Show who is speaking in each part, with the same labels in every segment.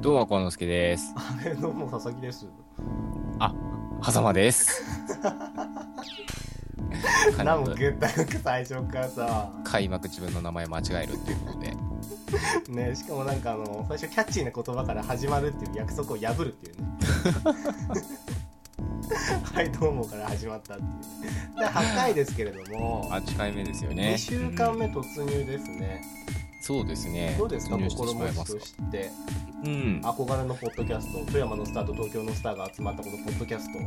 Speaker 1: どうはこのすけです。
Speaker 2: あれどうも佐々木です。
Speaker 1: はざまです。開
Speaker 2: なん
Speaker 1: 幕
Speaker 2: かぐったく最初からさ、
Speaker 1: 開幕自分の名前間違えるっていうことで。
Speaker 2: ね、しかもなんかあの最初キャッチーな言葉から始まるっていう約束を破るっていうね。 はいどうもから始まったっていう。で8回ですけれども、
Speaker 1: 8回目ですよね。
Speaker 2: 2週間目
Speaker 1: うん
Speaker 2: 突入ですね。
Speaker 1: そうですね。
Speaker 2: どうですか
Speaker 1: 突入して
Speaker 2: 心
Speaker 1: しま
Speaker 2: 持
Speaker 1: い
Speaker 2: ち
Speaker 1: ま
Speaker 2: と
Speaker 1: すか
Speaker 2: して
Speaker 1: うん。
Speaker 2: 憧れのポッドキャスト富山のスターと東京のスターが集まったこのポッドキャスト、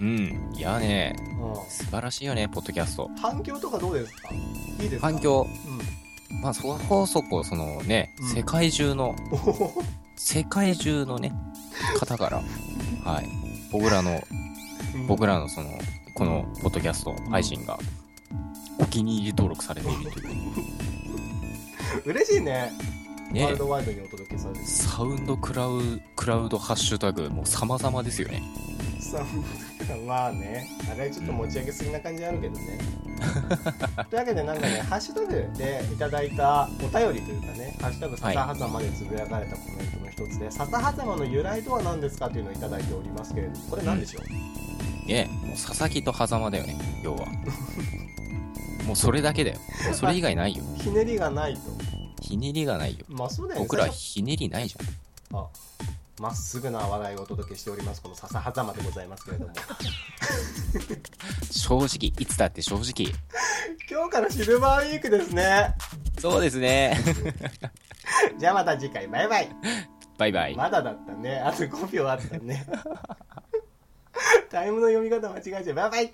Speaker 1: うん。いやね、
Speaker 2: う
Speaker 1: 素晴らしいよね、ポッドキャスト。
Speaker 2: ん、反響とかどうですかいいですか
Speaker 1: 反、響、
Speaker 2: う
Speaker 1: まあそこそこ、そのね、
Speaker 2: うん
Speaker 1: 世界中 の、
Speaker 2: ん、おほほほ
Speaker 1: 世界中のね、方から、はい。僕らの、
Speaker 2: うん
Speaker 1: 僕らのその、このポッドキャスト配信が、お気に入り登録されているという。
Speaker 2: 嬉しいねワー
Speaker 1: ね
Speaker 2: ル。ドワイドにお届けされて
Speaker 1: サウンドクラウクラウドハッシュタグも様々ですよね。
Speaker 2: さまあねあれちょっと持ち上げすぎな感じあるけどねというわけでなんかねハッシュタグでいただいたお便りというかね「ハッシュタグ笹狭間」でつぶやかれたコメントの一つで「笹狭間の由来とは何ですか?」というのをいただいておりますけれどもこれ何でしょう、
Speaker 1: ねもう佐々木と狭間だよね、要は。もうそれだけだよ。もうそれ以外ないよ。
Speaker 2: ひねりがないと
Speaker 1: ひねりがないよ。
Speaker 2: まあそうだよね
Speaker 1: 僕ら
Speaker 2: 最初
Speaker 1: ひねりないじゃん。
Speaker 2: あまっすぐな話題をお届けしておりますこの笹狭間でございますけれども
Speaker 1: 正直、いつだって正直。
Speaker 2: 今日からシルバーウィークですね
Speaker 1: そうですね。
Speaker 2: じゃあまた次回バイバイ
Speaker 1: バイバイ。
Speaker 2: まだだったね。あと5秒あったね。タイムの読み方間違えちゃう。バイバイ